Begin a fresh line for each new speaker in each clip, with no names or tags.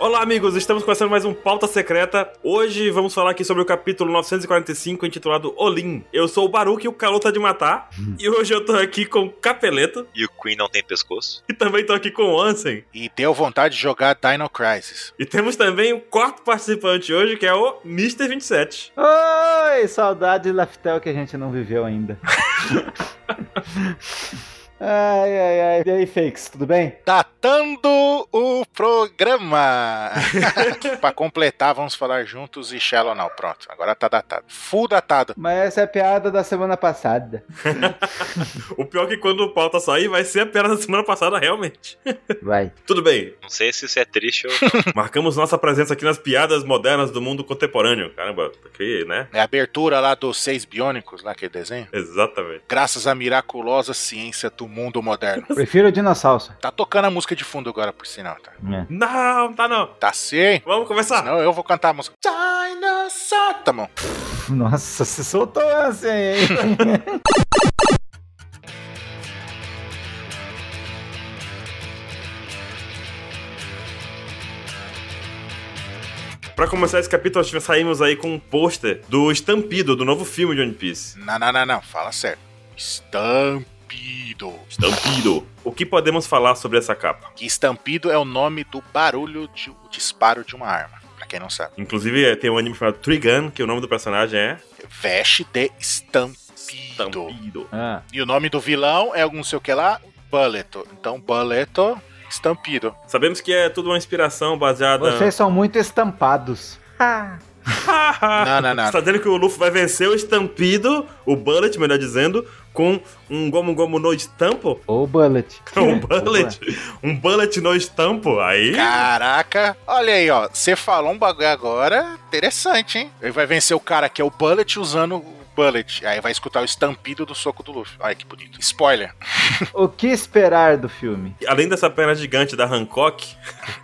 Olá, amigos! Estamos começando mais um Pauta Secreta. Hoje vamos falar aqui sobre o capítulo 945, intitulado Olim. Eu sou o Baruque, o calor tá de matar. e hoje eu tô aqui com o Capeleto.
E o Queen não tem pescoço.
E também tô aqui com o Ansem.
E deu vontade de jogar Dino Crisis.
E temos também o quarto participante hoje, que é o Mr. 27.
Oi, saudade de Laftel que a gente não viveu ainda. Ai, ai, ai. E aí, fakes, tudo bem?
Datando o programa. pra completar, vamos falar juntos e Shallow não. Pronto, agora tá datado. Full datado.
Mas essa é a piada da semana passada.
O pior é que quando o pauta sair, vai ser a piada da semana passada, realmente.
Vai.
Tudo bem,
Não sei se isso é triste ou não.
marcamos nossa presença aqui nas piadas modernas do mundo contemporâneo. Caramba, aqui, né?
É a abertura lá dos Seis Biônicos, lá aquele desenho.
Exatamente.
Graças à miraculosa ciência do mundo moderno.
Prefiro o dinossauro.
Tá tocando a música de fundo agora, por sinal, tá?
É.
Não, tá não.
Tá sim?
Vamos começar.
Não, eu vou cantar a música. Dinosaur! Tá bom.
Nossa, se soltou assim, hein?
Pra começar esse capítulo, nós saímos aí com um pôster do Estampido, do novo filme de One Piece.
Não, não, não, não. Fala sério. Estampido.
Estampido. O que podemos falar sobre essa capa?
Que estampido é o nome do barulho de o disparo de uma arma. Pra quem não sabe.
Inclusive, é, tem um anime chamado Trigun, que o nome do personagem é...
Veste de estampido.
Estampido.
ah,
E o nome do vilão é um não sei o que lá, Bulleto. Então, Bulleto, estampido.
Sabemos que é tudo uma inspiração baseada...
vocês são muito estampados.
Não, não, não.
Você tá dizendo que o Luffy vai vencer o Estampido, o Bullet, melhor dizendo, com um Gomu Gomu no estampo?
Ou Bullet.
Um Bullet? Um Bullet no estampo? Aí...
Caraca, olha aí, ó. Você falou um bagulho agora, interessante, hein? Ele vai vencer o cara que é o Bullet usando o Bullet. Aí vai escutar o estampido do soco do Luffy. Olha que bonito. Spoiler.
O que esperar do filme?
Além dessa perna gigante da Hancock,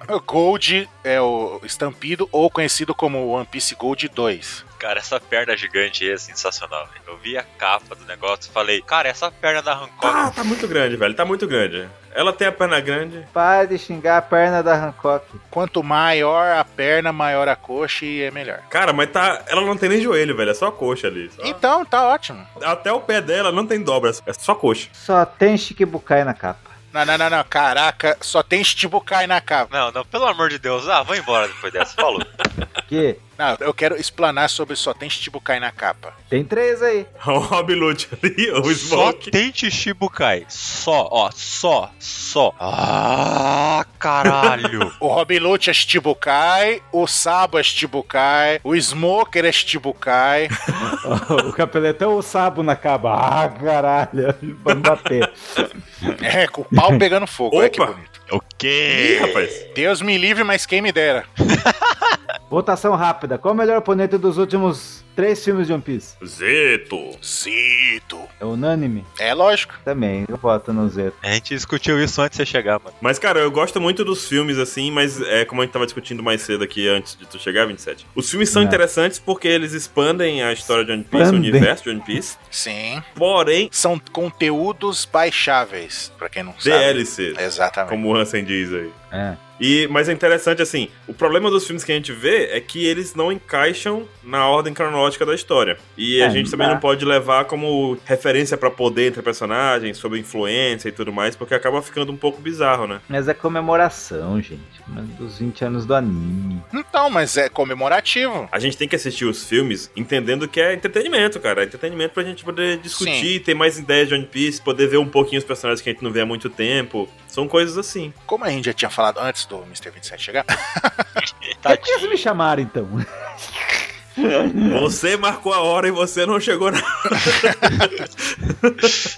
O Gold é o estampido, ou conhecido como One Piece Gold 2.
Cara, essa perna gigante aí é sensacional, velho. Eu vi a capa do negócio e falei, cara, essa perna da Hancock.
ah, tá muito grande, velho, tá muito grande. Ela tem a perna grande.
Pare de xingar a perna da Hancock.
Quanto maior a perna, maior a coxa e é melhor.
Cara, mas tá. Ela não tem nem joelho, velho. É só a coxa ali. só.
Então, tá ótimo.
Até o pé dela não tem dobra, é só coxa.
Só tem Shikibukai na capa.
Não, não, não, não. Caraca, só tem Shichibukai na capa.
Não, não, pelo amor de Deus. Ah, vou embora depois dessa. Falou.
Que
Não, eu quero explanar sobre só tem Shichibukai na capa.
tem três aí.
O É um Rob Lute ali, o
Só
Smoke.
tem Chichibukai. Só, ó, só, só. Ah, caralho.
O Rob Lute é Shichibukai, o Sabo é Shichibukai, o Smoker é Shichibukai.
o capeletão ou o sabo na capa? Ah, caralho. Vamos bater.
é, com o pau pegando fogo. Olha que
Opa.
bonito.
o
Ih,
quê?
rapaz.
Deus me livre, mas quem me dera.
Votação rápida. Qual o melhor oponente dos últimos três filmes de One Piece?
Zeto.
Zito.
É unânime?
É lógico.
Também, eu voto no Zeto.
A gente discutiu isso antes de você chegar, mano.
Mas, cara, eu gosto muito dos filmes, assim, mas é como a gente tava discutindo mais cedo aqui antes de tu chegar, 27. Os filmes são
É.
interessantes porque eles expandem a história de One Piece,
Expandem.
o universo de One Piece.
Sim.
Porém,
São conteúdos baixáveis, pra quem não sabe. É.
DLC,
Exatamente.
como o Hansen diz aí.
É.
E, mas é interessante, assim, o problema dos filmes que a gente vê é que eles não encaixam na ordem cronológica da história. E a
É,
gente
não
também
dá.
não pode levar como referência pra poder entre personagens, sobre influência e tudo mais, porque acaba ficando um pouco bizarro, né?
Mas é comemoração, gente. Mano, dos 20 anos do anime.
Então, mas é comemorativo.
A gente tem que assistir os filmes entendendo que é entretenimento, cara. É entretenimento pra gente poder discutir, ter mais ideias de One Piece, poder ver um pouquinho os personagens que a gente não vê há muito tempo. São coisas assim.
Como a gente já tinha falado antes do Mr. 27 chegar,
Por que vocês me chamaram, então? É.
Você marcou a hora e você não chegou na.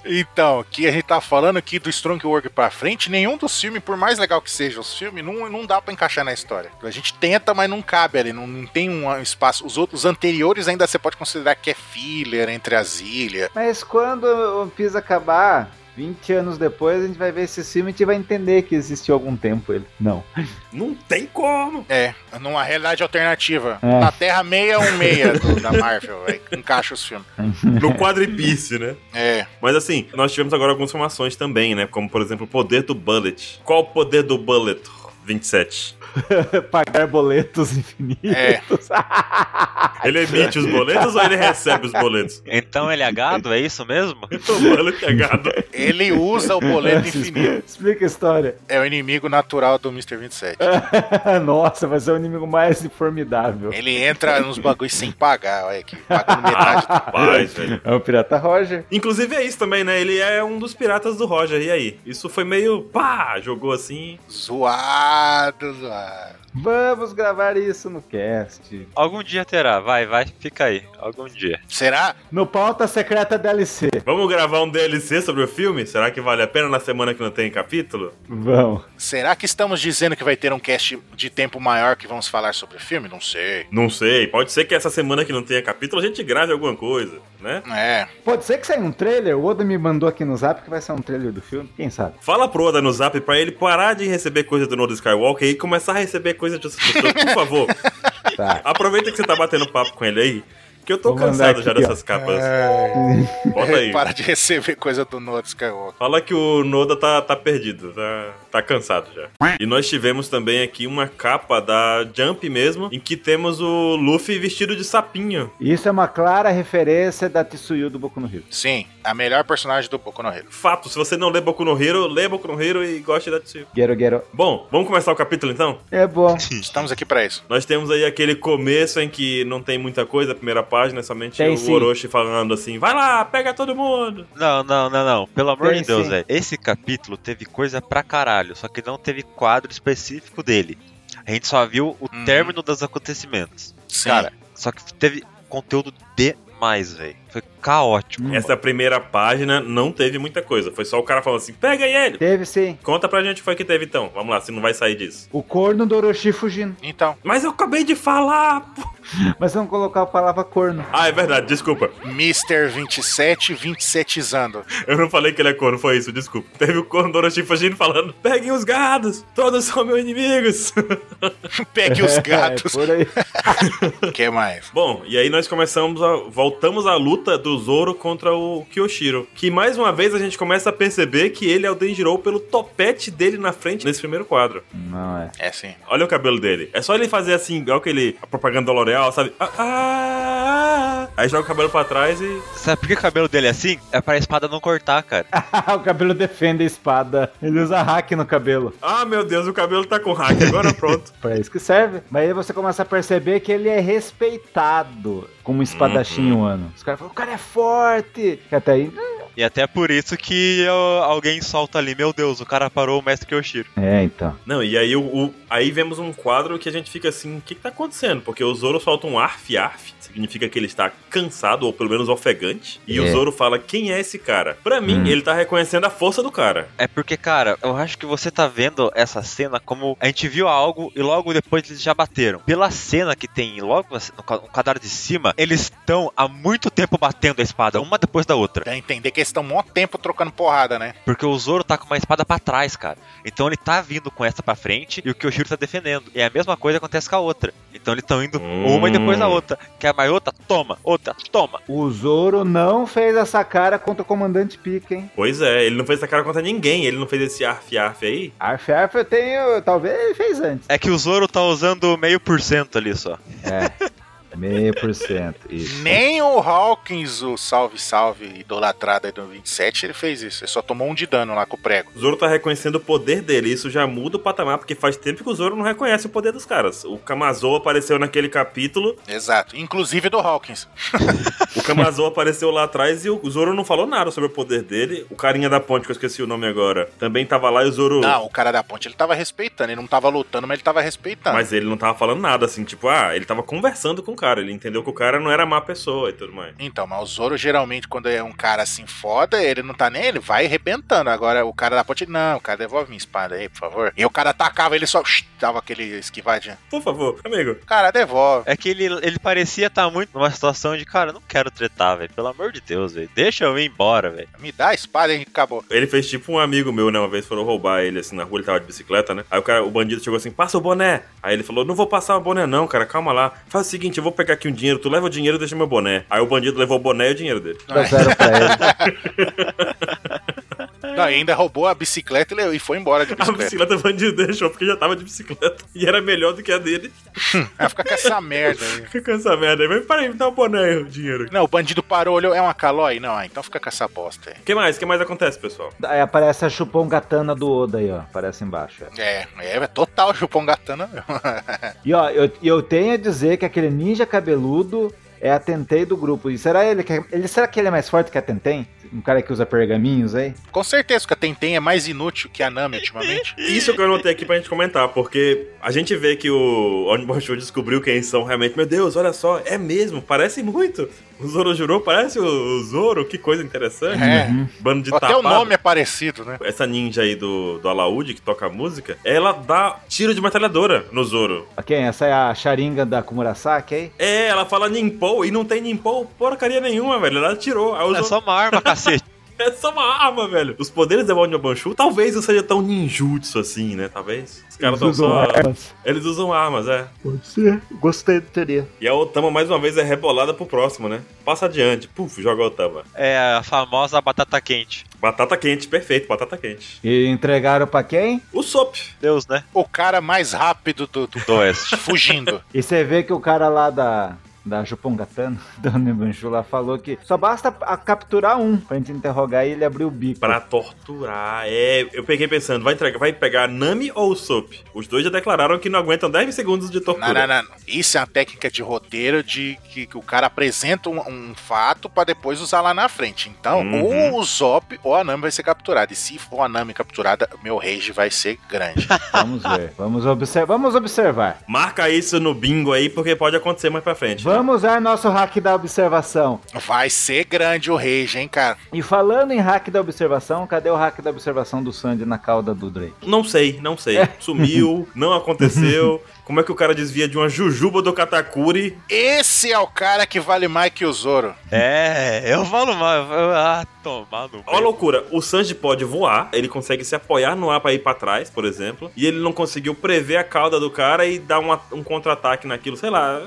Então, aqui a gente tá falando aqui do Strong Work pra frente, nenhum dos filmes, por mais legal que seja os filmes, não, não dá pra encaixar na história. A gente tenta, mas não cabe ali, não, não tem um espaço. Os outros os anteriores ainda você pode considerar que é filler entre as ilhas.
Mas quando o One Piece acabar, 20 anos depois, a gente vai ver esse filme e a gente vai entender que existiu algum tempo ele. Não.
Não tem como!
É, numa realidade alternativa.
É.
Na Terra 616 do, da Marvel, aí encaixa os filmes.
No quadripice, né?
É,
Mas assim, nós tivemos agora algumas formações também, né? Como, por exemplo, o poder do Bullet. Qual o poder do Bullet? 27.
Pagar boletos infinitos.
É.
Ele emite os boletos ou ele recebe os boletos? é
Então ele é gado, é isso mesmo?
Tomando cagado.
Ele usa o boleto infinito.
Explica a história.
É o inimigo natural do Mr. 27.
Nossa, vai ser o inimigo mais formidável.
Ele entra nos bagulhos sem pagar, olha aqui. Pagando metade.
Rapaz, velho.
É o Pirata Roger.
Inclusive é isso também, né? Ele é um dos piratas do Roger, e aí? Isso foi meio pá, jogou assim.
Zoado, zoado.
Vamos gravar isso no cast.
Algum dia terá, vai, vai, fica aí. Algum dia.
Será?
No pauta secreta DLC.
Vamos gravar um DLC sobre o filme? Será que vale a pena na semana que não tem capítulo?
Vamos.
Será que estamos dizendo que vai ter um cast de tempo maior que vamos falar sobre o filme? Não sei.
Não sei, pode ser que essa semana que não tenha capítulo a gente grave alguma coisa, né?
É.
Pode ser que saia um trailer? O Oda me mandou aqui no zap que vai sair um trailer do filme. Quem sabe?
Fala pro Oda no zap pra ele parar de receber coisa do Nodo Skywalker e começar a receber coisa de outras pessoas, por favor.
Tá.
Aproveita que você tá batendo papo com ele aí, que eu tô
Vou mandar
cansado
aqui,
já
ó. É.
dessas capas. Bota aí.
Para de receber coisa do Nodo Skywalker.
Fala que o Noda tá, tá perdido, tá, tá cansado já. E nós tivemos também aqui uma capa da Jump mesmo, em que temos o Luffy vestido de sapinho.
Isso é uma clara referência da Tsuyu do Boku no Rio.
Sim, a melhor personagem do Boku no Hero.
Fato, se você não lê Boku no Hero, lê Boku no Hero e goste da Tsuyu.
Gero Gero.
Bom, vamos começar o capítulo então?
É bom.
Estamos aqui pra isso.
Nós temos aí aquele começo em que não tem muita coisa, a primeira página, é somente
Tem
o
sim.
Orochi falando assim, vai lá, pega todo mundo.
Não, não, não, não. Pelo amor
Tem
de Deus,
sim.
velho. Esse capítulo teve coisa pra caralho, só que não teve quadro específico dele. A gente só viu o
Uhum.
término dos acontecimentos.
Sim.
Cara, só que teve conteúdo demais, velho. Foi caótico.
Essa primeira página não teve muita coisa, foi só o cara falando assim, pega ele.
Teve sim.
Conta pra gente o que foi que teve então, vamos lá, se não vai sair disso.
O corno do Orochi fugindo.
Então,
Mas eu acabei de falar,
Mas vamos colocar a palavra corno.
Ah, é verdade, desculpa.
Mr. 27, 27izando.
Eu não falei que ele é corno, foi isso, desculpa. Teve o corno do Orochi fugindo falando: Peguem os gados, todos são meus inimigos.
Pegue os
É,
gatos.
por aí.
O que mais?
Bom, e aí nós começamos a. Voltamos à luta do Zoro contra o Kyoshiro. Que mais uma vez a gente começa a perceber que ele é o Denjiro pelo topete dele na frente nesse primeiro quadro.
Não é.
É sim.
Olha o cabelo dele. É só ele fazer assim, igual aquele. A propaganda da L'Oreal, sabe? Ah, ah, ah. Aí joga o cabelo pra trás e.
Sabe por que o cabelo dele é assim? É pra espada não cortar, cara.
o cabelo defende a espada. Ele usa hack no cabelo.
Ah, meu Deus, o cabelo tá com hack, agora pronto.
Pra isso que serve. Mas aí você começa a perceber que ele é respeitado como espadachim humano. Os caras falam, o cara é forte. Que até aí. né?
E até por isso que eu- alguém solta ali, meu Deus, o cara parou o mestre Kyoshiro.
É, então.
Não, e aí, o, o- aí vemos um quadro que a gente fica assim, o que, que tá acontecendo? Porque o Zoro solta um arf-arf, significa que ele está cansado, ou pelo menos ofegante, e o
É.
Zoro fala, quem é esse cara? Pra mim,
Hum.
ele tá reconhecendo a força do cara.
É porque, cara, eu acho que você tá vendo essa cena como a gente viu algo e logo depois eles já bateram. Pela cena que tem logo assim, no ca- no quadro de cima, eles estão há muito tempo batendo a espada, uma depois da outra.
Dá a entender que eles estão um maior tempo trocando porrada, né?
Porque o Zoro tá com uma espada pra trás, cara. Então ele tá vindo com essa pra frente e o Kyoshiro tá defendendo. E a mesma coisa acontece com a outra. Então eles estão indo
Hum.
uma e depois da outra. Que a Maiota toma, outra toma.
O Zoro não fez essa cara contra o comandante Pica, hein?
Pois é, ele não fez essa cara contra ninguém, ele não fez esse arf-arf aí.
Arf Arf eu tenho. Talvez ele fez antes.
É que o Zoro tá usando meio por cento ali só.
É. Meio por cento. Isso.
Nem o Hawkins, o salve, salve, idolatrado aí do 27, ele fez isso. Ele só tomou um de dano lá com o prego.
O Zoro tá reconhecendo o poder dele, isso já muda o patamar, porque faz tempo que o Zoro não reconhece o poder dos caras. O Kamazo apareceu naquele capítulo,
Exato. Inclusive do Hawkins.
o Kamazo apareceu lá atrás e o Zoro não falou nada sobre o poder dele. O carinha da ponte, que eu esqueci o nome agora, também tava lá e o Zoro...
Não, o cara da ponte ele tava respeitando. Ele não tava lutando, mas ele tava respeitando.
Mas ele não tava falando nada, assim, tipo, ah, ele tava conversando com o cara, ele entendeu que o cara não era má pessoa e tudo mais.
Então, mas o Zoro geralmente, quando é um cara assim foda, ele não tá nem, ele vai arrebentando. Agora o cara da ponte, não, cara, devolve minha espada aí, por favor. E o cara atacava, ele só shh, dava aquele esquivadinho.
Por favor, amigo.
Cara, devolve.
É que ele, ele parecia estar muito numa situação de, cara, eu não quero tretar, velho. Pelo amor de Deus, velho. Deixa eu ir embora, velho.
Me dá a espada e acabou.
Ele fez tipo um amigo meu, né? Uma vez foram roubar ele assim na rua, ele tava de bicicleta, né? Aí o cara, o bandido chegou assim, passa o boné. Aí ele falou, não vou passar o boné, não, cara, calma lá. Faz o seguinte, eu vou pegar aqui um dinheiro, tu leva o dinheiro e deixa meu
Então,
boné. Aí o bandido levou o boné e o dinheiro dele.
Dá zero pra ele.
Dá Não, e ainda roubou a bicicleta e le- e foi embora de
A
bicicleta.
bicicleta o bandido deixou porque já tava de bicicleta e era melhor do que a dele.
Aí fica com essa merda aí.
Fica com essa merda aí. Mas peraí, me dá um boné aí, o dinheiro.
Não, o bandido parou, olhou, é uma calói? Não, ah, então fica com essa bosta aí.
O que mais? O que mais acontece, pessoal?
Aí aparece a Chupon Katana do Oda aí, ó. Aparece embaixo. é.
É, é, é total chupão gatana mesmo.
E ó, eu, e eu tenho a dizer que aquele ninja cabeludo é a Tentei do grupo. E será ele que ele será que ele é mais forte que a Tentei? Um cara que usa pergaminhos aí?
Com certeza que a Tenten é mais inútil que a Nami ultimamente.
Isso que eu anotei aqui pra gente comentar, porque a gente vê que o Onibon Show descobriu quem são realmente. Meu Deus, olha só, é mesmo, parece muito. O Zoro jurou, parece o- o Zoro, que coisa interessante.
É,
Bando de
até
tapado.
o nome é parecido, né?
Essa ninja aí do, do Alaúde, que toca a música, ela dá tiro de metralhadora no Zoro.
Ah, Quem? Essa é a Sharingan da Kumurasaki aí?
É, ela fala Nimpou e não tem Nimpou porcaria nenhuma, velho. Ela tirou. Aí o
É
Zoro-
só uma arma, cacete.
É só uma arma, velho. Os poderes da Onibon Banshu talvez não seja tão ninjutsu assim, né? Talvez. Os caras tão
é
só.
armas.
Eles usam armas, é.
Pode ser. Gostei do teoria.
E a Otama, mais uma vez, é rebolada pro próximo, né? Passa adiante. Puf, joga a Otama.
É a famosa batata quente.
Batata quente, perfeito, batata quente.
E entregaram pra quem?
O Sop.
Deus, né?
O cara mais rápido do, do-
Do Oeste.
fugindo.
E você vê que o cara lá da. Da Jupongatana, da Nebanchu lá, falou que só basta a capturar um pra gente interrogar e ele abrir o bico.
Pra torturar. É, eu peguei pensando, vai, entregar, vai pegar a Nami ou o Sop? Os dois já declararam que não aguentam 10 segundos de
Não,
tortura.
não, não. Isso é uma técnica de roteiro de que, que o cara apresenta um, um fato pra depois usar lá na frente. Então,
Uhum.
ou o Zop ou a Nami vai ser capturada. E se for a Nami capturada, meu rage vai ser grande.
Vamos ver. Vamos, obser vamos observar.
Marca isso no bingo aí, porque pode acontecer mais pra frente. né?
Vamos usar nosso hack da observação.
Vai ser grande o rage, hein, cara?
E falando em hack da observação, cadê o hack da observação do Sandy na cauda do Drake?
Não sei, não sei.
É.
Sumiu, não aconteceu. Como é que o cara desvia de uma jujuba do Katakuri?
Esse é o cara que vale mais que o Zoro.
É, eu falo mal. eu falo- ah, tomar no.
Olha a
cu.
loucura, o Sanji pode voar, ele consegue se apoiar no ar pra ir pra trás, por exemplo, e ele não conseguiu prever a cauda do cara e dar uma- um contra-ataque naquilo, sei lá.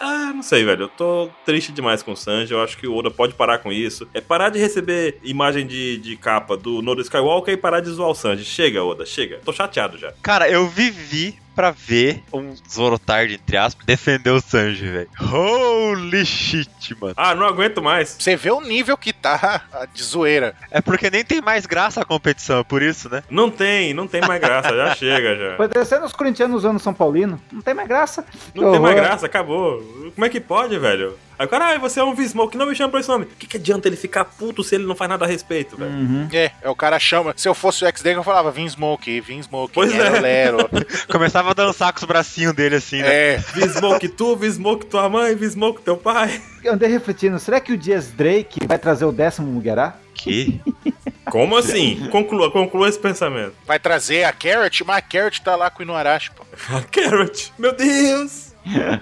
Ah, não sei, velho. Eu tô triste demais com o Sanji. Eu acho que o Oda pode parar com isso. É parar de receber imagem de, de capa do Nodo Skywalker e parar de zoar o Sanji. Chega, Oda, chega. Tô chateado já.
Cara, eu vivi pra ver um Zoro tarde, entre aspas, defender o Sanji, velho. Holy shit, mano.
Ah, não aguento mais.
Você vê o nível que tá ah, de zoeira.
É porque nem tem mais graça a competição, é por isso, né?
Não tem, não tem mais graça. Já chega, já.
Parecendo é, os corintianos usando São Paulino. Não tem mais graça.
Não tem mais
Horror.
graça, acabou. Como é que pode, velho? Aí o cara, ah, você é um Vismoke, não me chama pra esse nome. O que, que adianta ele ficar puto se ele não faz nada a respeito, velho?
Uhum.
É, é o cara chama. Se eu fosse o x eu falava Vim Smoke, Vim Smoke,
Pois
Lero,
é.
Lero.
Começava a dançar com os bracinhos dele assim, né?
É,
Vismoke tu, Vismoke tua mãe, Vismoke teu pai.
Eu andei refletindo, será que o Dias Drake vai trazer o décimo Mugerá?
Que?
Como assim? Conclua, conclua esse pensamento.
vai trazer a Carrot, mas a Carrot tá lá com o Inuarashi, pô.
A Ah, Carrot, meu Deus!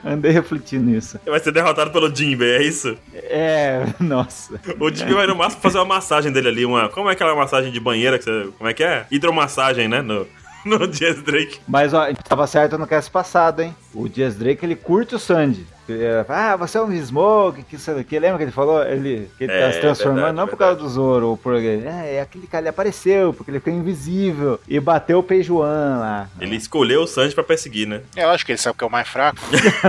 andei refletindo isso.
Ele vai ser derrotado pelo Jinbei, é isso?
É, nossa.
O Jinbei vai no máximo fazer uma massagem dele ali, uma... Como é aquela massagem de banheira que você... Como é que é? Hidromassagem, né? No, no Jazz Drake.
Mas ó, a gente tava certo no cast passado, hein? O Dias Drake, ele curte o Sandy. Ele, era, ah, você é um Smoke, que sei lá o que. Lembra que ele falou? Ele, que ele
É,
tá se transformando
verdade,
não por causa do Zoro, ou por... é, é aquele cara, ele apareceu, porque ele ficou invisível. E bateu o Peijuan lá.
Ele escolheu o Sanji pra perseguir, né?
É lógico que ele sabe que é o mais fraco.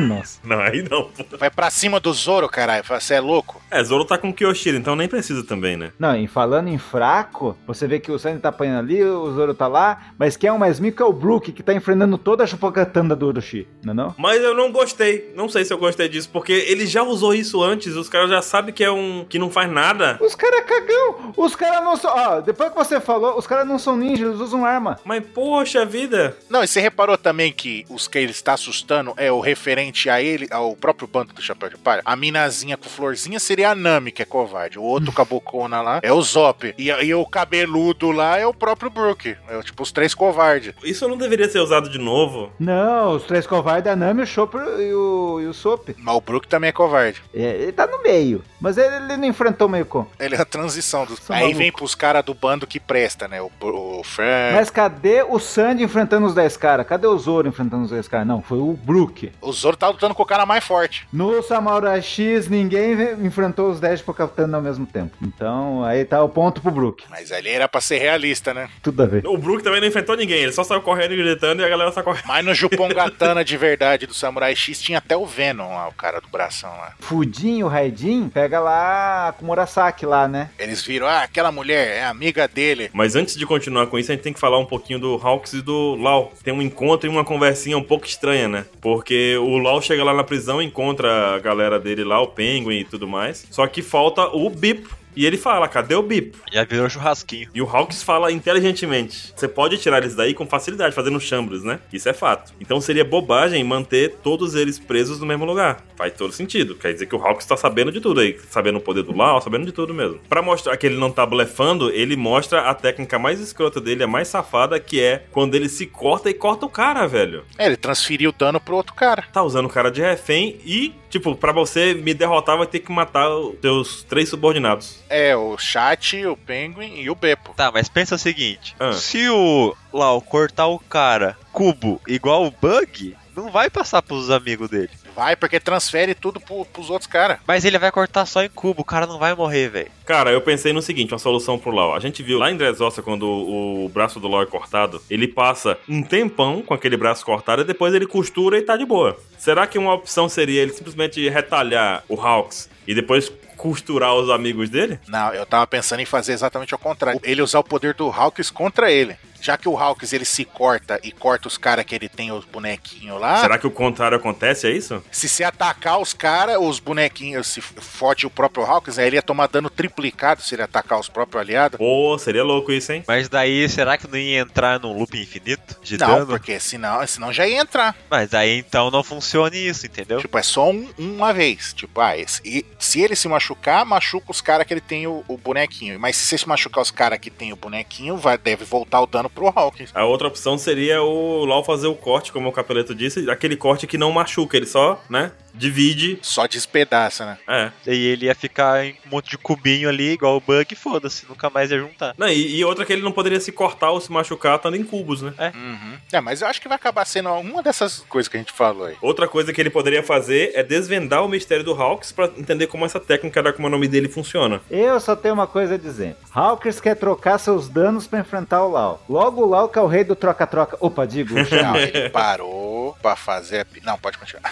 nossa.
Não, aí não, pô.
Vai pra cima do Zoro, caralho. Fala, Você é louco?
É, Zoro tá com o Kyoshiro, então nem precisa também, né?
Não, e falando em fraco, você vê que o Sandy tá apanhando ali, o Zoro tá lá, mas quem é o mais mico é o Brook, que tá enfrentando toda a chupacatanda do Orochi, não é não?
Mas eu não gostei. Não sei se eu gostei disso, porque ele já usou isso antes, os caras já sabem que é um. que não faz nada.
Os caras é cagão! Os caras não são. Ó, depois que você falou, os caras não são ninjas, eles usam arma.
Mas poxa vida!
Não, e você reparou também que os que ele está assustando é o referente a ele, ao próprio bando do Chapéu de Palha? A minazinha com florzinha seria a Nami, que é covarde. O outro cabocona lá é o Zop. E, e o cabeludo lá é o próprio Brook. É o, tipo os três covardes.
Isso não deveria ser usado de novo.
Não, os três covardes, a Nami, o Chopper e o, e o chope.
Mas o Brook também é covarde.
É, ele tá no meio. Mas ele, ele não enfrentou o meio campo.
Ele é a transição. Do...
Sou
Aí
maluco.
vem pros caras do bando que presta, né? O, Bro- o Frank,
Mas cadê o Sandy enfrentando os 10 caras? Cadê o Zoro enfrentando os 10 caras? Não, foi o Brook.
O Zoro tá lutando com o cara mais forte.
No Samurai X, ninguém ve- enfrentou os 10 Pocahontas ao mesmo tempo. Então, aí tá o ponto pro Brook.
Mas ele era pra ser realista, né?
Tudo a ver.
O Brook também não enfrentou ninguém, ele só saiu correndo e gritando e a galera saiu correndo.
Mas no Jupongatana de verdade do Samurai X tinha até o Venom lá, o cara do bração lá.
Fudinho, Raidin, pega lá com o Murasaki lá, né?
Eles viram, ah, aquela mulher é amiga dele.
Mas antes de continuar com isso, a gente tem que falar um pouquinho do Hawks e do Lau. Tem um encontro e uma conversinha um pouco estranha, né? Porque o Lau chega lá na prisão, encontra a galera dele lá, o Penguin e tudo mais. Só que falta o Bip. E ele fala, cadê o Bip?
Já virou churrasquinho.
E o Hawks fala inteligentemente. Você pode tirar eles daí com facilidade, fazendo chambres, né? Isso é fato. Então seria bobagem manter todos eles presos no mesmo lugar. Faz todo sentido. Quer dizer que o Hawks tá sabendo de tudo aí. Sabendo o poder do Lau, sabendo de tudo mesmo. Pra mostrar que ele não tá blefando, ele mostra a técnica mais escrota dele, a mais safada, que é quando ele se corta e corta o cara, velho.
É, ele transferiu o dano pro outro cara.
Tá usando o cara de refém e, tipo, pra você me derrotar, vai ter que matar os teus três subordinados.
É, o Chat, o Penguin e o Beppo.
Tá, mas pensa o seguinte:
Ah.
se o Lau cortar o cara cubo igual o Bug, não vai passar pros amigos dele.
Vai, porque transfere tudo pro, pros outros caras.
Mas ele vai cortar só em cubo, o cara não vai morrer, velho.
Cara, eu pensei no seguinte, uma solução pro Lau. A gente viu lá em Dressrosa, quando o o braço do Lau é cortado, ele passa um tempão com aquele braço cortado e depois ele costura e tá de boa. Será que uma opção seria ele simplesmente retalhar o Hawks e depois costurar os amigos dele?
Não, eu tava pensando em fazer exatamente ao contrário. Ele usar o poder do Hawks contra ele. Já que o Hawks ele se corta e corta os caras que ele tem os bonequinhos lá.
Será que o contrário acontece, é isso?
Se se atacar os caras, os bonequinhos, se forte o próprio Hawkins, aí ele ia tomar dano triplicado se ele atacar os próprios aliados.
Pô, seria louco isso, hein?
Mas daí, será que não ia entrar num loop infinito de
Não,
dano?
porque senão, senão já ia entrar.
Mas daí então não funciona isso, entendeu?
Tipo, é só um, uma vez. Tipo, ah, esse, e se ele se machucar, machuca os caras que ele tem o, o bonequinho. Mas se você se machucar os caras que tem o bonequinho, vai, deve voltar o dano pro Hawkins.
A outra opção seria o Lau fazer o corte, como o Capeleto disse, aquele corte que não machuca, ele só, né, divide.
Só despedaça, né?
É.
E ele ia ficar em um monte de cubinho ali, igual o Bug, e foda-se, nunca mais ia juntar.
Não, e, e outra que ele não poderia se cortar ou se machucar estando em cubos, né?
Uhum. É, mas eu acho que vai acabar sendo alguma dessas coisas que a gente falou aí.
Outra coisa que ele poderia fazer é desvendar o mistério do Hawks pra entender como essa técnica da Akuma no Mi dele funciona.
Eu só tenho uma coisa a dizer. Hawkers quer trocar seus danos pra enfrentar o Lau. Logo o Lau que é o rei do troca-troca. Opa, digo, o
Não,
Chanel.
ele parou pra fazer. a pi- Não, pode continuar.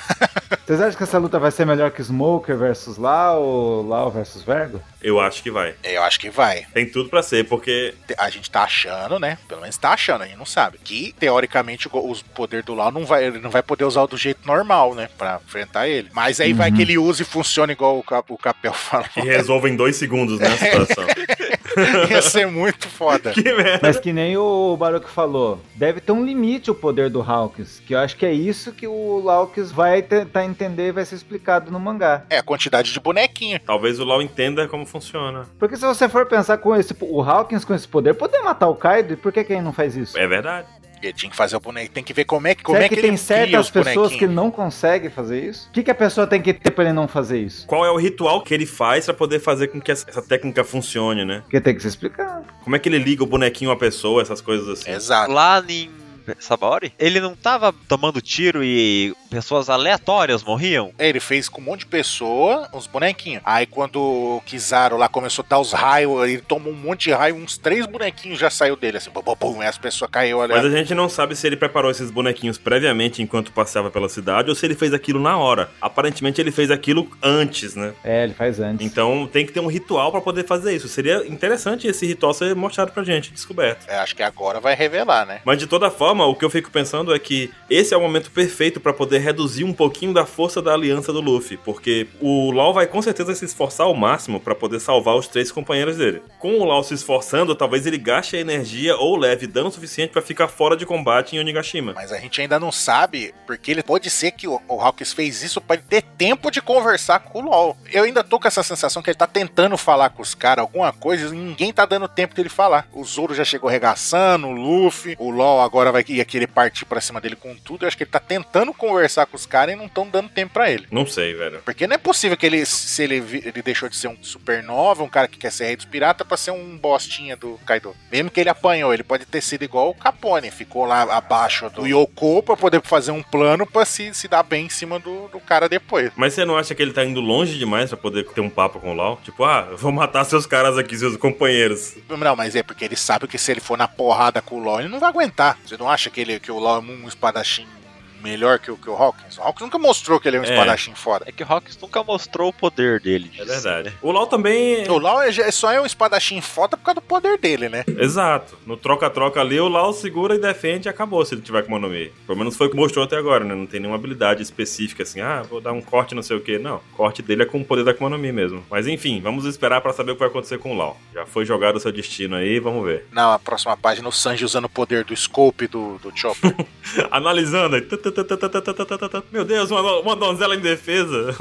Vocês acham que essa luta vai ser melhor que Smoker versus Lau ou Lau versus Vergo?
Eu acho que vai.
Eu acho que vai.
Tem tudo pra ser, porque
te- a gente tá achando, né? Pelo menos tá achando, a gente não sabe. Que, teoricamente, o go- os poder do Lau não vai, ele não vai poder usar do jeito normal, né? Pra enfrentar ele. Mas aí vai
Uhum.
que ele usa e funciona igual o, Cap, o Capel falou.
que resolve em dois segundos né, a situação.
Ia ser muito foda.
que merda.
Mas que nem o Baruch falou, deve ter um limite o poder do Hawks, que eu acho que é isso que o Hawks vai tentar entender e vai ser explicado no mangá.
É a quantidade de bonequinho.
Talvez o Lau entenda como funciona.
Porque se você for pensar com esse, tipo, o Hawkins com esse poder, poderia matar o Kaido, e por que que ele não faz isso?
É verdade.
Ele tinha que fazer o boneco. Tem que ver como é que, como
Será
é que,
que
ele
tem
cria os
certas pessoas que
bonequinhos.
não conseguem fazer isso? O que, que a pessoa tem que ter pra ele não fazer isso?
Qual é o ritual que ele faz pra poder fazer com que essa essa técnica funcione, né?
Porque tem que se explicar.
Como é que ele liga o bonequinho à pessoa, essas coisas assim.
Exato.
Lá em Sabaori, ele não tava tomando tiro e pessoas aleatórias morriam?
É, Ele fez com um monte de pessoa, uns bonequinhos. Aí quando o Kizaru lá começou a dar os raios, ele tomou um monte de raio, uns três bonequinhos já saiu dele, assim, bum, bum, bum, e as pessoas caiu ali.
Mas a gente não sabe se ele preparou esses bonequinhos previamente enquanto passeava pela cidade ou se ele fez aquilo na hora. Aparentemente ele fez aquilo antes, né?
É, ele faz antes.
Então tem que ter um ritual pra poder fazer isso. Seria interessante esse ritual ser mostrado pra gente, descoberto.
É, acho que agora vai revelar, né?
Mas de toda forma, o que eu fico pensando é que esse é o momento perfeito pra poder reduzir um pouquinho da força da aliança do Luffy, porque o Law vai com certeza se esforçar ao máximo pra poder salvar os três companheiros dele. Com o Law se esforçando, talvez ele gaste a energia ou leve dano suficiente pra ficar fora de combate em Onigashima.
Mas a gente ainda não sabe, porque ele pode ser que o, o Hawkins fez isso pra ele ter tempo de conversar com o LoL. Eu ainda tô com essa sensação que ele tá tentando falar com os caras alguma coisa e ninguém tá dando tempo dele falar. O Zoro já chegou regaçando, o Luffy, o LoL agora vai vai ia querer partir pra cima dele com tudo. Eu acho que ele tá tentando conversar com os caras e não estão dando tempo pra ele.
Não sei, velho.
Porque não é possível que ele, se ele, vi- ele deixou de ser um supernova, um cara que quer ser rei dos piratas, pra ser um bostinha do Kaido. Mesmo que ele apanhou, ele pode ter sido igual o Capone, ficou lá abaixo do Yoko pra poder fazer um plano pra se, se dar bem em cima do, do cara depois.
Mas você não acha que ele tá indo longe demais pra poder ter um papo com o Lau? Tipo, ah, eu vou matar seus caras aqui, seus companheiros.
Não, mas é porque ele sabe que se ele for na porrada com o LoL, ele não vai aguentar. Você não acha que, ele, que o LoL é um espadachim melhor que o, que o Hawkins? O Hawkins nunca mostrou que ele é um
É.
espadachim foda.
É que o Hawkins nunca mostrou o poder dele.
É
disso,
verdade.
né?
O Lau também.
O LoL é- só é um espadachim foda por causa do poder dele, né?
Exato. No troca-troca ali, o Lau segura e defende e acabou se ele tiver com o Mi. Pelo menos foi o que mostrou até agora, né? Não tem nenhuma habilidade específica assim, ah, vou dar um corte, não sei o quê. Não, o corte dele é com o poder da Akuma no Mi mesmo. Mas enfim, vamos esperar pra saber o que vai acontecer com o Lau. Já foi jogado o seu destino aí, vamos ver.
Na próxima página, o Sanji usando o poder do Scope do, do Chopper.
Analisando. aí. Tatatatatatatatatatata. Meu Deus, uma, uma donzela indefesa.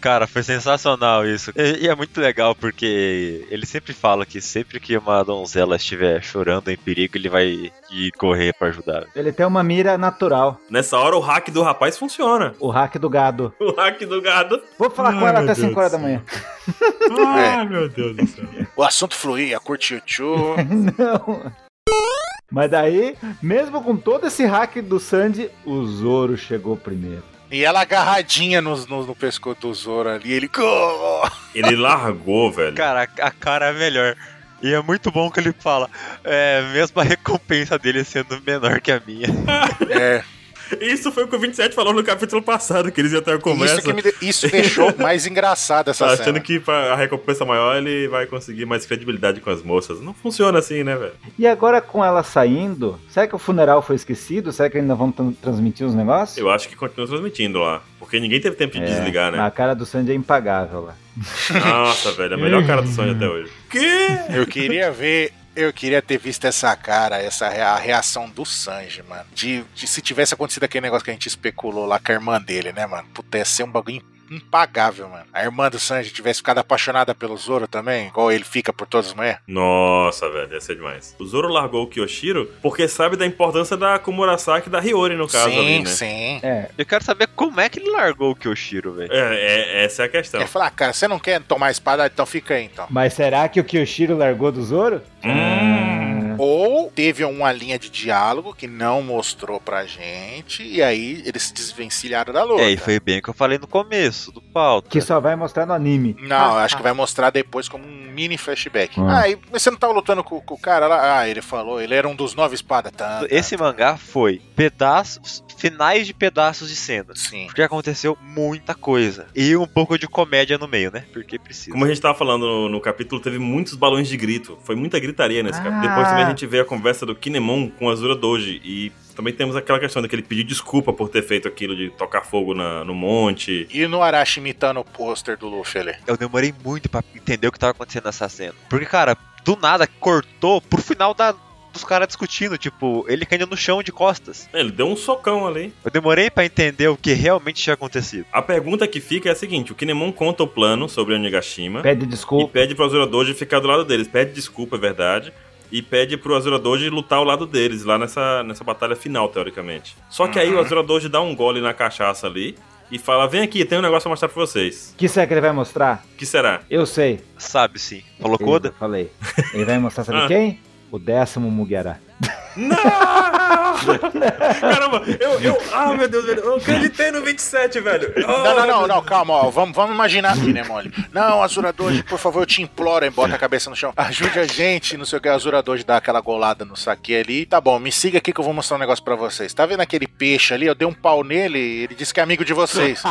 Cara, foi sensacional isso. E, e é muito legal porque ele sempre fala que sempre que uma donzela estiver chorando em perigo, ele vai ir correr pra ajudar.
Ele tem uma mira natural,
Nessa hora, o hack do rapaz funciona.
o hack do gado.
O hack do gado.
Vou falar com
Ai, meu
ela até
Deus
5 horas
do
da manhã.
Ah, meu Deus do céu.
o assunto fluía, curtiu tchu.
Não. Mas daí, mesmo com todo esse hack do Sandy, o Zoro chegou primeiro.
E ela agarradinha nos- no, no pescoço do Zoro ali, ele.
Ele largou, velho.
Cara, a a cara é melhor. E é muito bom que ele fala, é, mesmo a recompensa dele sendo menor que a minha.
É,
Isso foi o que o 27 falou no capítulo passado, que eles iam ter uma conversa.
isso, que me de- isso deixou mais engraçada essa
Tá
cena.
achando que pra a recompensa maior ele vai conseguir mais credibilidade com as moças. Não funciona assim, né, velho?
E agora com ela saindo, será que o funeral foi esquecido? Será que ainda vão tran- transmitir os negócios?
Eu acho que continua transmitindo lá. Porque ninguém teve tempo de
É,
desligar, né?
A cara do Sandy é impagável lá.
Nossa, velho, é a melhor cara do sonho até hoje. Que?
Eu queria ver. Eu queria ter visto essa cara, essa rea- a reação do Sanji, mano. De, de se tivesse acontecido aquele negócio que a gente especulou lá com a irmã dele, né, mano? Puta, ia ser um bagulho impagável, mano. A irmã do Sanji tivesse ficado apaixonada pelo Zoro também, igual ele fica por todas as manhãs.
Nossa, velho, ia ser demais. O Zoro largou o Kyoshiro porque sabe da importância da Kumurasaki e da Hiyori, no caso,
sim,
ali, né?
sim.
É,
Eu quero saber como é que ele largou o Kyoshiro, velho.
É, é, essa é a questão.
Ele falar, ah, cara, você não quer tomar a espada? Então fica aí, então.
mas será que o Kyoshiro largou do Zoro?
Hum.
Ou teve uma linha de diálogo que não mostrou pra gente, e aí eles se desvencilharam da luta.
É, e foi bem o que eu falei no começo do pauta.
Ah, Que só vai mostrar no anime.
Não, eu acho que vai mostrar depois como um mini flashback.
Hum.
Ah, e mas você não tava lutando com, com o cara lá? Ah, ele falou, ele era um dos nove espadas. Tá, tá,
Esse
tá.
mangá foi pedaços, finais de pedaços de cenas.
tá, Sim.
Porque aconteceu muita coisa. E um pouco de comédia no meio, né? Porque precisa.
Como a gente tava falando no, no capítulo, teve muitos balões de grito. Foi muita gritaria nesse
Ah.
capítulo. Depois também a gente vê a conversa do Kinemon com Azura Doji. E também temos aquela questão daquele pedir desculpa por ter feito aquilo de tocar fogo na- no monte.
E no Arashi imitando o pôster do Luffy ali.
Eu demorei muito pra entender o que tava acontecendo nessa cena. Porque, cara, do nada cortou pro final da- dos caras discutindo. Tipo, ele caindo no chão de costas.
Ele deu um socão ali.
Eu demorei pra entender o que realmente tinha acontecido.
A pergunta que fica é a seguinte: o Kinemon conta o plano sobre Onigashima
Pede
e
desculpa.
pede pro Azura Doji ficar do lado deles. Pede desculpa, é verdade. E pede pro Azura Doji lutar ao lado deles, lá nessa, nessa batalha final, teoricamente. Só que aí o Azura Doji dá um gole na cachaça ali e fala: vem aqui, tem um negócio pra mostrar pra vocês.
O que será que ele vai mostrar?
O que será?
Eu sei.
Sabe sim. Falou
Eu
Koda?
Falei. Ele vai mostrar, sabe
Ah.
quem? O décimo Mugiará.
Não! Caramba, eu, eu. Ah, meu Deus, velho. Eu acreditei no 27, velho. Oh,
Não, não, não, não, calma, ó. Vamos, vamos imaginar aqui, né, Mole? Não, Azuradoji, por favor, eu te imploro, hein? Bota a cabeça no chão. Ajude a gente, não sei o que. Azuradoji dá aquela golada no saque ali. Tá bom, me siga aqui que eu vou mostrar um negócio pra vocês. Tá vendo aquele peixe ali? Eu dei um pau nele ele disse que é amigo de vocês.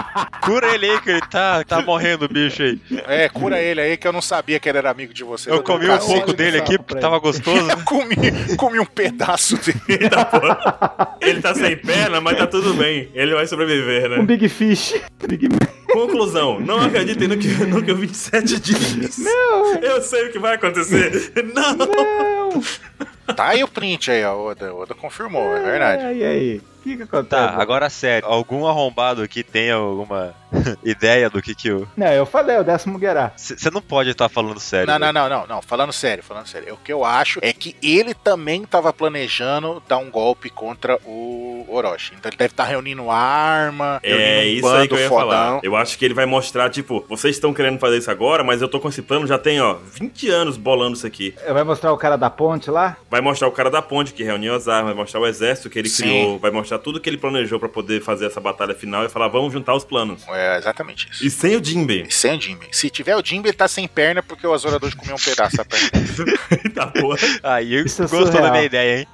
Cura ele aí que ele tá, tá morrendo, o bicho aí.
É, cura ele aí que eu não sabia que ele era amigo de vocês.
Eu comi um
Cacete.
pouco dele aqui porque tava gostoso.
Eu comi, comi um pedaço dele.
Eita, porra. Ele tá sem perna, mas tá tudo bem. Ele vai sobreviver,
Um
né?
Big Fish. Big...
Conclusão, não acreditem no que, no que o 27 diz. Não! Eu sei o que vai acontecer. Não!
Tá aí o print aí, ó. O Oda, o Oda confirmou, é verdade.
Ah, e aí? O que, que acontece?
Tá, agora sério. Algum arrombado aqui tem alguma ideia do que que o...
Não, eu falei, o décimo Guerá.
Você não pode estar falando sério.
Não,
né?
não, não, não, não. Falando sério, falando sério. O que eu acho é que ele também tava planejando dar um golpe contra o Orochi. Então ele deve estar reunindo arma,
É
reunindo um
isso aí que eu
bando
ia falar.
fodão.
Eu acho que ele vai mostrar, tipo, vocês estão querendo fazer isso agora, mas eu tô com esse plano já tem, ó, 20 anos bolando isso aqui.
Vai mostrar o cara da ponte lá?
Vai mostrar o cara da ponte que reuniu as armas, vai mostrar o exército que ele
Sim.
criou, vai mostrar tudo que ele planejou pra poder fazer essa batalha final e falar, vamos juntar os planos.
É exatamente isso.
E sem o Jinbe.
E Sem o Jimmy. Se tiver o Jimmy, ele tá sem perna porque o Azora Dojo comeu um pedaço da perna. dele.
Eita porra.
Aí eu
Isso é
gostou da
surreal.
minha ideia, hein?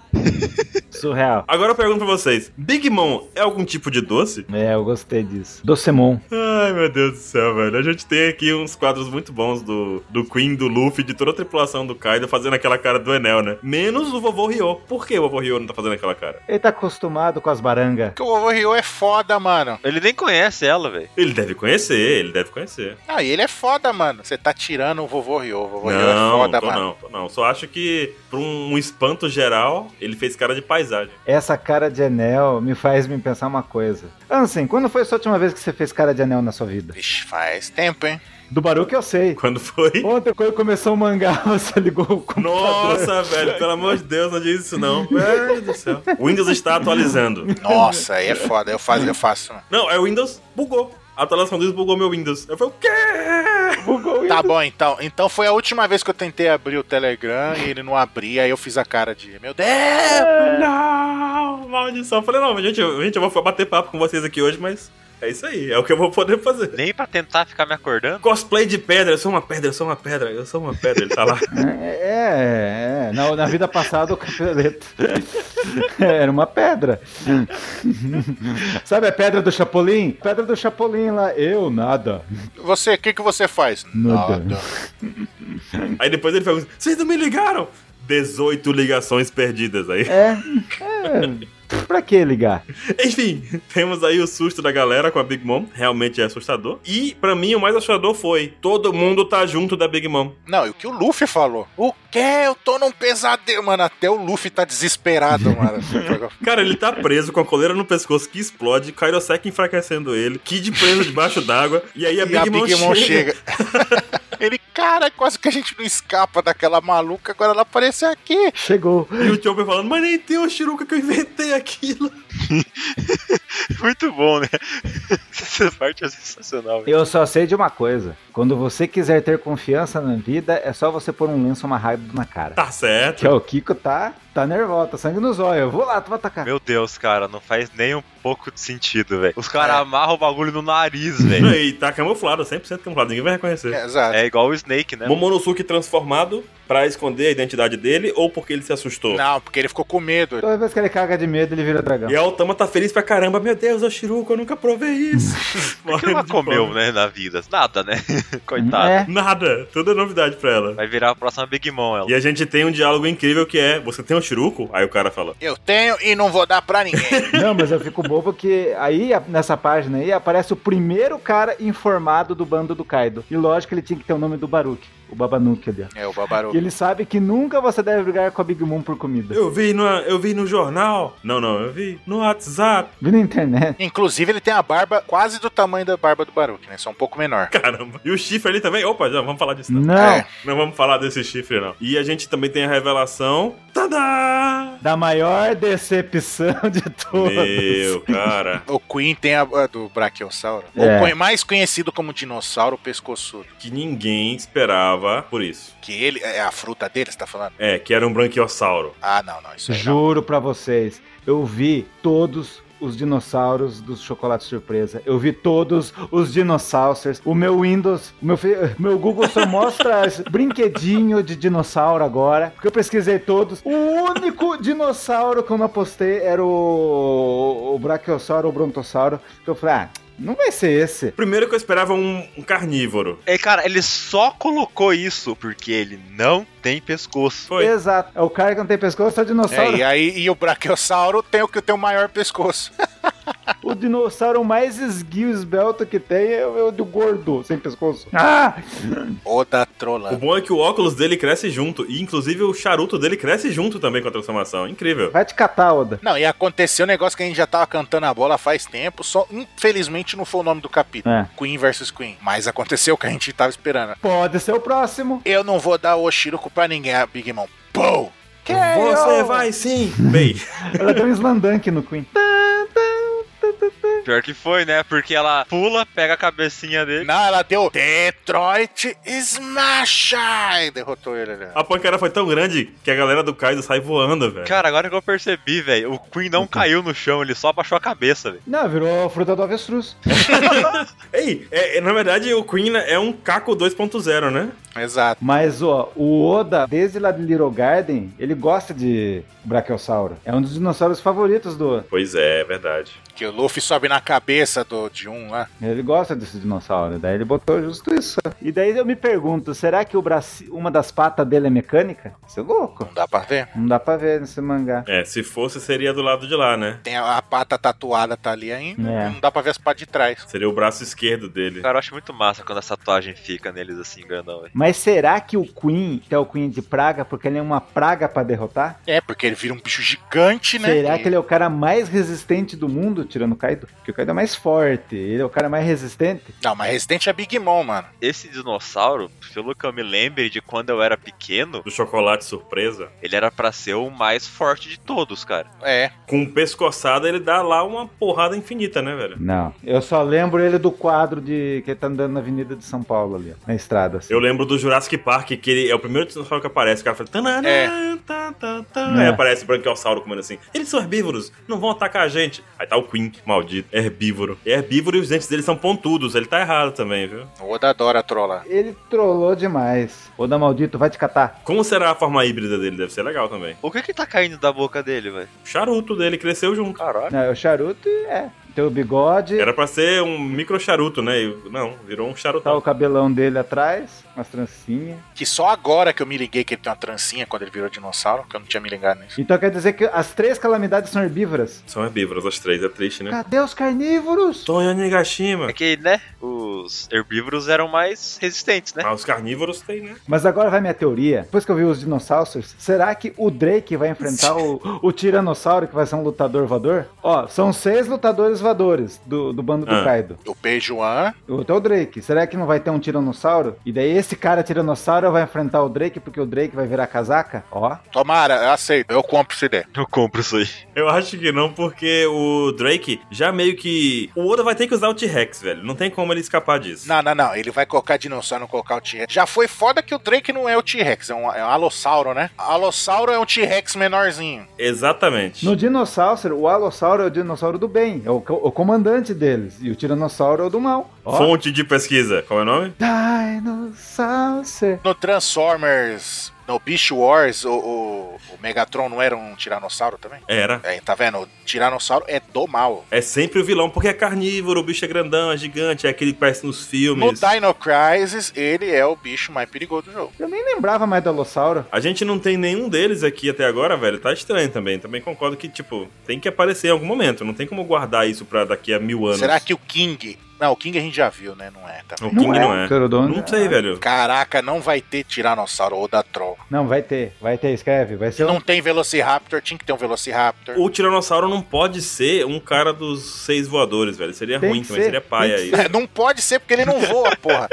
Surreal.
Agora eu pergunto pra vocês: Big Mom é algum tipo de doce?
É, eu gostei disso. Docemon.
Ai, meu Deus do céu, velho. A gente tem aqui uns quadros muito bons do, do Queen, do Luffy, de toda a tripulação do Kaido fazendo aquela cara do Enel, né? Menos o vovô Ryo. Por que o vovô Ryo não tá fazendo aquela cara?
Ele tá acostumado com as barangas.
Porque o vovô Ryo é foda, mano.
Ele nem conhece ela, velho.
Ele deve conhecer, ele deve conhecer.
Ah, e ele é foda, mano. Você tá tirando o vovô Ryo. O vovô Ryo é
Não,
foda,
tô
mano.
não, tô não. Só acho que, pra um espanto geral, ele fez cara de paisagem.
Essa cara de anel me faz me pensar uma coisa. Ansem, quando foi a sua última vez que você fez cara de anel na sua vida?
Vixe, faz tempo, hein?
Do Baruque eu sei.
Quando foi?
Ontem, quando começou o mangá, você ligou o computador.
Nossa, velho, pelo amor de Deus, não diz isso não. Velho do céu. O Windows está atualizando.
Nossa, aí é foda. Eu faço, eu faço.
Não, é o Windows bugou. A atualização do Windows bugou meu Windows. Eu falei, o quê?
Bugou
Tá bom, então. Então foi a última vez que eu tentei abrir o Telegram e ele não abria. Aí eu fiz a cara de, meu Deus!
Não, maldição. Eu falei, não, gente, eu- gente, eu vou bater papo com vocês aqui hoje, mas é isso aí, é o que eu vou poder fazer.
Nem pra tentar ficar me acordando.
Cosplay de pedra, eu sou uma pedra, eu sou uma pedra, eu sou uma pedra, ele tá lá.
É, é, na, na vida passada o capeleto era uma pedra. Sabe a pedra do Chapolin? Pedra do Chapolin lá, eu nada.
Você, o que, que você faz?
Nada.
aí depois ele pergunta, vocês não me ligaram? 18 ligações perdidas aí.
É, é, pra que ligar?
Enfim, temos aí o susto da galera com a Big Mom, realmente é assustador. E pra mim o mais assustador foi, todo mundo tá junto da Big Mom.
Não, e o que o Luffy falou? O quê? Eu tô num pesadelo. Mano, até o Luffy tá desesperado, mano.
Cara, ele tá preso com a coleira no pescoço que explode, Kairosek enfraquecendo ele, Kid preso debaixo d'água, e aí a, Big, Mom chega.
ele, cara, quase que a gente não escapa daquela maluca. Agora ela apareceu aqui.
Chegou.
E o Chopper falando, mas nem tem o Shiruka que eu inventei aquilo.
Muito bom, né? Essa parte é sensacional, velho.
Eu só sei de uma coisa: quando você quiser ter confiança na vida, é só você pôr um lenço amarrado na cara.
Tá certo.
Que ó, o Kiko tá, tá nervoso, tá sangue nos olhos. Eu vou lá, tu vai atacar.
Meu Deus, cara, não faz nem um pouco de sentido, velho. Os caras
É.
amarram o bagulho no nariz, velho.
E tá camuflado, 100% camuflado, ninguém vai reconhecer.
É, Exato.
É igual o Snake, né?
Momonosuke transformado pra esconder a identidade dele ou porque ele se assustou.
Não, porque ele ficou com medo.
Toda vez que ele caga de medo, ele vira dragão.
E a Otama tá feliz pra caramba. Meu Deus, é o Shiruka, eu nunca provei isso.
O que ela comeu, né, na vida? Nada, né? Coitado.
É.
Nada, tudo é novidade pra ela.
Vai virar a próxima Big Mom, ela.
E a gente tem um diálogo incrível que é: Você tem um Shiruko? Aí o cara fala:
Eu tenho e não vou dar pra ninguém.
Não, mas eu fico bobo que aí, a- nessa página aí, aparece o primeiro cara informado do bando do Kaido. E lógico que ele tinha que ter o nome do Baruque, o Babanuke ali. ó.
é, o Babaru.
E ele sabe que nunca você deve brigar com a Big Moon por comida.
Eu vi, no, eu vi no jornal. Não, não, eu vi no WhatsApp.
Vi na internet.
Inclusive, ele tem a barba quase do tamanho da barba do Baruch, né? Só um pouco menor.
Caramba. E o chifre ali também. Opa, já vamos falar disso. Não.
Não,
É.
não vamos falar desse chifre, não. E a gente também tem a revelação. Tadá!
da maior decepção de todas.
Meu, cara.
O Queen tem a, a do Brachiosauro.
É.
O Queen mais conhecido como dinossauro pescoçudo.
Que ninguém esperava por isso.
Que ele. É a fruta dele, você tá falando?
É, que era um branquiossauro.
Ah, não, não. Isso aí não.
Juro pra vocês, eu vi todos os dinossauros do Chocolate Surpresa. Eu vi todos os dinossauros. O meu Windows, o meu, fe- meu Google só mostra as- brinquedinho de dinossauro agora, porque eu pesquisei todos. O único dinossauro que eu não apostei era o, o Brachiosauro ou Brontossauro. Então eu falei, ah, não vai ser esse.
Primeiro que eu esperava um, um carnívoro.
É, cara, ele só colocou isso porque ele não tem pescoço.
Foi.
Exato. É o cara que não tem pescoço, é o dinossauro.
É, e aí e o Brachiosauro tem o que tem o maior pescoço.
O dinossauro mais esguio esbelto que tem é o é o do gordo, sem pescoço. Ah!
Ô, da
O
trola.
bom é que o óculos dele cresce junto. E inclusive o charuto dele cresce junto também com a transformação. Incrível.
Vai te catar, Oda.
Não, e aconteceu um negócio que a gente já tava cantando a bola faz tempo, só infelizmente não foi o nome do capítulo.
É.
Queen versus Queen. Mas aconteceu o que a gente tava esperando.
Pode ser o próximo.
Eu não vou dar o Oshiruko pra ninguém, a Big Mom. Pou!
Você
K.O..
vai sim! Bem,
Ela deu um slandunk no Queen.
Pior que foi, né? Porque ela pula, pega a cabecinha dele.
Não, ela deu Detroit Smash! E derrotou ele né? ali.
a pancada foi tão grande que a galera do Kaido sai voando, velho.
Cara, agora que eu percebi, velho, o Queen não caiu no chão, ele só abaixou a cabeça, velho.
Não, virou fruta do avestruz.
Ei, é- é- na verdade o Queen é um Kako 2.0, né?
Exato.
Mas, ó, o Oda, desde lá de Little Garden, ele gosta de Brachiosauro. É um dos dinossauros favoritos do Oda.
Pois é, é verdade.
Que o Luffy sobe na cabeça do, de um lá.
Ele gosta desse dinossauro. Daí ele botou justo isso. E daí eu me pergunto, será que o braci... uma das patas dele é mecânica? Isso é louco.
Não dá pra ver.
Não dá pra ver nesse mangá.
É, se fosse seria do lado de lá, né?
Tem a, a pata tatuada tá ali ainda.
É.
e Não dá pra ver as patas de trás.
Seria o braço esquerdo dele.
Cara, eu acho muito massa quando essa tatuagem fica neles assim, grandão, velho.
Mas será que o Queen que é o Queen de praga porque ele é uma praga pra derrotar?
É, porque ele vira um bicho gigante, né?
Será que ele é o cara mais resistente do mundo, tirando o Kaido? Porque o Kaido é mais forte, ele é o cara mais resistente.
Não, mas Resident é Big Mom, mano.
Esse dinossauro, pelo que eu me lembre de quando eu era pequeno,
Do chocolate surpresa.
ele era pra ser o mais forte de todos, cara.
É.
Com pescoçada ele dá lá uma porrada infinita, né, velho?
Não. Eu só lembro ele do quadro de que ele tá andando na Avenida de São Paulo ali, ó, na estrada. assim.
Eu lembro do Jurassic Park, que ele é o primeiro dinossauro que aparece. O cara fala. Tanana,
É.
tá, tá, tá. Aí
É.
aparece o branquiossauro comendo assim. Eles são herbívoros, não vão atacar a gente. Aí tá o Queen, maldito, herbívoro. É herbívoro e os dentes dele são pontudos. Ele tá errado também, viu?
O Oda adora trollar.
Ele trollou demais. Oda maldito, vai te catar.
Como será a forma híbrida dele? Deve ser legal também.
O que que tá caindo da boca dele, velho?
O charuto dele cresceu junto.
Caralho.
Não, é o charuto é. Tem o bigode,
Era pra ser um micro charuto, né? E- Não, virou um
tá o
charutão.
cabelão dele atrás, umas trancinhas.
Que só agora que eu me liguei que ele tem uma trancinha quando ele virou dinossauro, que eu não tinha me ligado nisso.
Então quer dizer que as três calamidades são herbívoras?
São herbívoros as três, é triste, né?
Cadê os carnívoros?
Tonho Nigashima.
É que, né, os herbívoros eram mais resistentes, né?
Ah, os carnívoros tem, né?
Mas agora vai minha teoria. Depois que eu vi os dinossauros, será que o Drake vai enfrentar o, o Tiranossauro, que vai ser um lutador voador? Ó, são seis lutadores voadores do, do bando do
Ah.
Kaido.
O Peijuan,
O- Até o Drake. Será que não vai ter um Tiranossauro? E daí esse cara Tiranossauro vai enfrentar o Drake porque o Drake vai virar casaca? Ó.
tomara, eu aceito, eu compro essa ideia.
Eu compro isso aí.
Eu acho que não, porque o Drake já meio que. O Oda vai ter que usar o T-Rex, velho. Não tem como ele escapar disso.
Não, não, não, ele vai colocar dinossauro, não colocar o T-Rex. Já foi foda que o Drake não é o T-Rex, é um, é um Alossauro, né? Alossauro é um T-Rex menorzinho.
Exatamente.
No dinossauro, o Alossauro é o dinossauro do bem. É o, co- o comandante deles. E o Tiranossauro é o do mal. Ó.
Fonte de pesquisa. Qual é o nome?
Dinossauro.
No Transformers, no Beast Wars, o, o- o Megatron não era um tiranossauro também?
Era.
É, tá vendo? O tiranossauro é do mal.
É sempre o vilão, porque é carnívoro, o bicho é grandão, é gigante, é aquele que parece nos
No
filmes.
Dino Crisis, ele é o bicho mais perigoso do jogo.
Eu nem lembrava mais do Alossauro.
A gente não tem nenhum deles aqui até agora, velho. Tá estranho também. Também concordo que, tipo, tem que aparecer em algum momento. Não tem como guardar isso pra daqui a mil anos.
Será que o King. Não, o King a gente já viu, né? Não é, tá?
O King não é.
Pterodon-
Não sei, velho.
Caraca, não vai ter Tiranossauro ou da Troll.
Não, vai ter, vai ter, escreve. Vai ser um.
Não tem Velociraptor, tinha que ter um Velociraptor.
O Tiranossauro não pode ser um cara dos seis voadores, velho. Seria
Tem
ruim
que
também,
ser,
seria paia
tem
aí.
É, Não pode ser porque ele não voa, porra.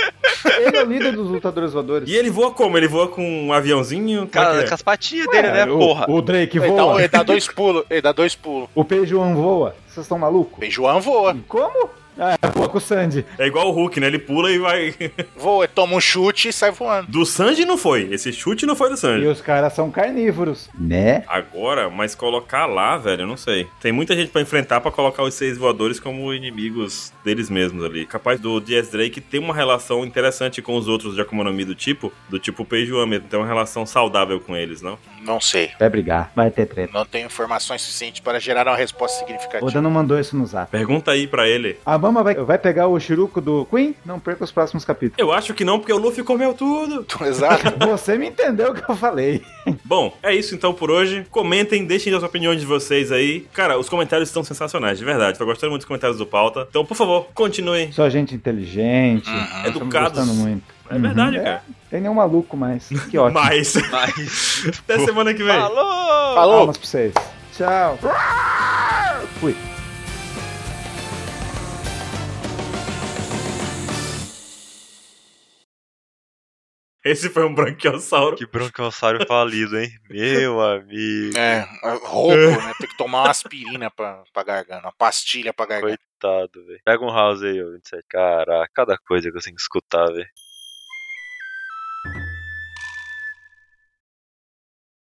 Ele é o líder dos lutadores voadores.
E ele voa como? Ele voa com um aviãozinho? Como é que
Cara,
é?
com as patinhas dele, né,
o,
porra?
O Drake
Ele dá, um,
voa.
Então, ele dá dois pulos, ele dá dois pulos.
O Peijuan voa. Vocês estão malucos?
Beijoan voa.
Como? Ah, voa com o Sandy.
É igual o Hulk, né? Ele pula e vai.
Voa, ele toma um chute e sai voando.
Do Sanji não foi. Esse chute não foi do Sanji.
E os caras são carnívoros. Né?
Agora, mas colocar lá, velho, eu não sei. Tem muita gente pra enfrentar pra colocar os seis voadores como inimigos deles mesmos ali. Capaz do Dias Drake ter uma relação interessante com os outros de Akuma no Mi do tipo, do tipo Peijuan mesmo, ter uma relação saudável com eles, não?
Não sei.
Vai brigar, vai ter treta.
Não tenho informações suficientes para gerar uma resposta significativa.
Oda não mandou isso no zap.
Pergunta aí pra ele.
A Obama vai, vai pegar o Chiruco do Queen? Não perca os próximos capítulos.
Eu acho que não, porque o Luffy comeu tudo.
Exato.
Você me entendeu o que eu falei.
Bom, é isso então por hoje. Comentem, deixem as opiniões de vocês aí. Cara, os comentários estão sensacionais, de verdade. Tô gostando muito dos comentários do pauta. Então, por favor, continuem.
Só gente inteligente. Estamos
Educados.
gostando muito.
É verdade,
Uhum.
cara.
Tem nenhum maluco mais. Que ótimo.
Mas,
Mas.
até semana que vem.
Falou!
Falou.
Palmas pra vocês. Tchau. Fui.
Esse foi um branquiossauro.
Que bronquiossauro falido, hein? Meu amigo.
É, roubo, né? Tem que tomar uma aspirina pra, pra garganta, uma pastilha pra garganta.
Coitado, velho. Pega um house aí, ô 27. Caraca, cada coisa que eu tenho que escutar, velho.